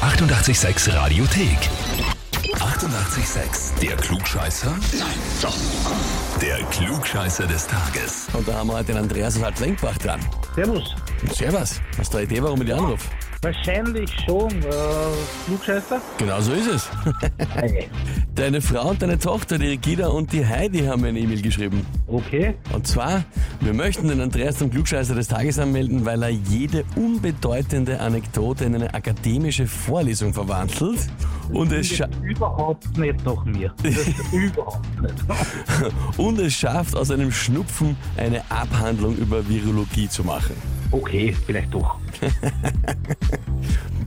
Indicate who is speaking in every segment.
Speaker 1: 886 Radiothek. 88,6. Der Klugscheißer? Nein, doch. Der Klugscheißer des Tages.
Speaker 2: Und da haben wir heute den Andreas aus Altlenkbach dran.
Speaker 3: Servus.
Speaker 2: Servus. Hast du eine Idee, warum ich dich anrufe?
Speaker 3: Wahrscheinlich schon. Äh, Flugscheißer?
Speaker 2: Genau so ist es.
Speaker 3: Nein.
Speaker 2: Deine Frau und deine Tochter, die Regina und die Heidi, haben mir eine E-Mail geschrieben.
Speaker 3: Okay.
Speaker 2: Und zwar, wir möchten den Andreas zum Klugscheißer des Tages anmelden, weil er jede unbedeutende Anekdote in eine akademische Vorlesung verwandelt. Und es, scha
Speaker 3: Überhaupt nicht nach mir. Das überhaupt nicht.
Speaker 2: und es schafft, aus einem Schnupfen eine Abhandlung über Virologie zu machen.
Speaker 3: Okay, vielleicht doch.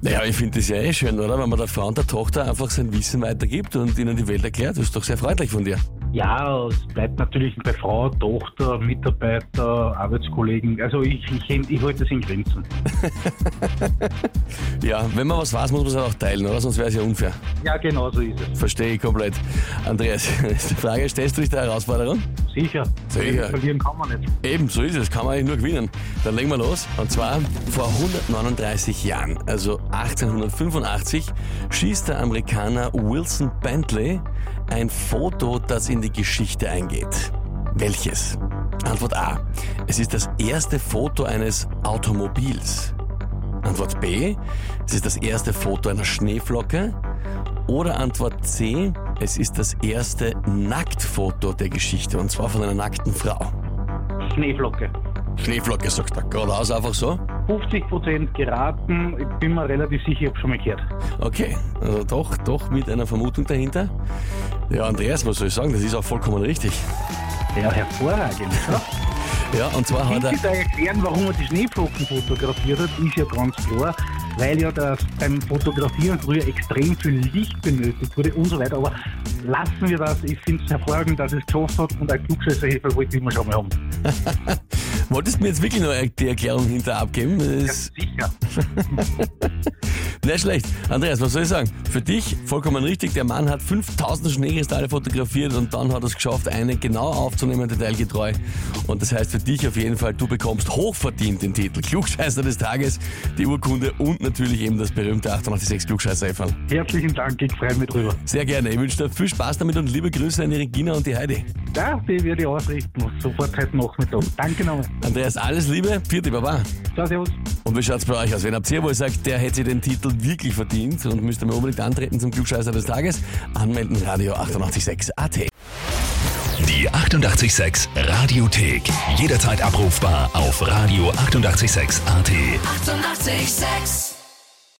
Speaker 2: Naja, ich finde das ja eh schön, oder? Wenn man der Frau und der Tochter einfach sein Wissen weitergibt und ihnen die Welt erklärt. Das ist doch sehr freundlich von dir.
Speaker 3: Ja, es bleibt natürlich bei Frau, Tochter, Mitarbeiter, Arbeitskollegen. Also ich, ich, ich, ich halte das in Grenzen.
Speaker 2: Ja, wenn man was weiß, muss man es halt auch teilen, oder? Sonst wäre es ja unfair.
Speaker 3: Ja, genau so ist es.
Speaker 2: Verstehe ich komplett. Andreas, ist die Frage, stellst du dich der Herausforderung?
Speaker 3: Sicher.
Speaker 2: Sicher.
Speaker 3: Verlieren kann man nicht.
Speaker 2: Eben, so ist es, kann man eigentlich nur gewinnen. Dann legen wir los. Und zwar vor 139 Jahren, also 1885, schießt der Amerikaner Wilson Bentley ein Foto, das in die Geschichte eingeht. Welches? Antwort A. Es ist das erste Foto eines Automobils. Antwort B. Es ist das erste Foto einer Schneeflocke. Oder Antwort C. Es ist das erste Nacktfoto der Geschichte und zwar von einer nackten Frau.
Speaker 3: Schneeflocke.
Speaker 2: Schneeflocke sagt er geradeaus einfach so.
Speaker 3: 50% geraten. Ich bin mir relativ sicher, ich habe schon mal gehört.
Speaker 2: Okay, also doch, doch mit einer Vermutung dahinter. Ja, Andreas, was soll ich sagen? Das ist auch vollkommen richtig.
Speaker 3: Ja, hervorragend.
Speaker 2: Ja, und zwar hat er.
Speaker 3: Wenn Sie da erklären, warum er die Schneeflocken fotografiert hat, ist ja ganz klar, weil ja das beim Fotografieren früher extrem viel Licht benötigt wurde und so weiter. Aber lassen wir das. Ich finde es hervorragend, dass es geschafft hat und ein Klugscheißerhilfe wollte ich immer schon mal haben.
Speaker 2: Wolltest du mir jetzt wirklich nur die Erklärung hinter abgeben? Das ist
Speaker 3: Sicher.
Speaker 2: nicht schlecht. Andreas, was soll ich sagen? Für dich vollkommen richtig. Der Mann hat 5000 Schneekristalle fotografiert und dann hat er es geschafft, eine genau aufzunehmen, detailgetreu. Und das heißt für dich auf jeden Fall, du bekommst hochverdient den Titel Klugscheißer des Tages, die Urkunde und natürlich eben das berühmte 886 klugscheißer -Eferl.
Speaker 3: Herzlichen Dank, ich freue mich drüber.
Speaker 2: Sehr gerne. Ich wünsche dir viel Spaß damit und liebe Grüße an die Regina und die Heidi.
Speaker 3: Ja, die werde ich ausrichten. Sofort heute Nachmittag. Danke nochmal.
Speaker 2: Andreas, alles Liebe. Vierte Baba.
Speaker 3: Ciao, servus.
Speaker 2: Und wie schaut's bei euch aus? Wenn habt ihr wohl sagt, der hätte sich den Titel wirklich verdient und müsste mir unbedingt antreten zum Klugscheißer des Tages, anmelden Radio 886 AT.
Speaker 1: Die 88,6 Radiothek. Jederzeit abrufbar auf radio886.at. 88,6.
Speaker 4: Eighty-eight, sex.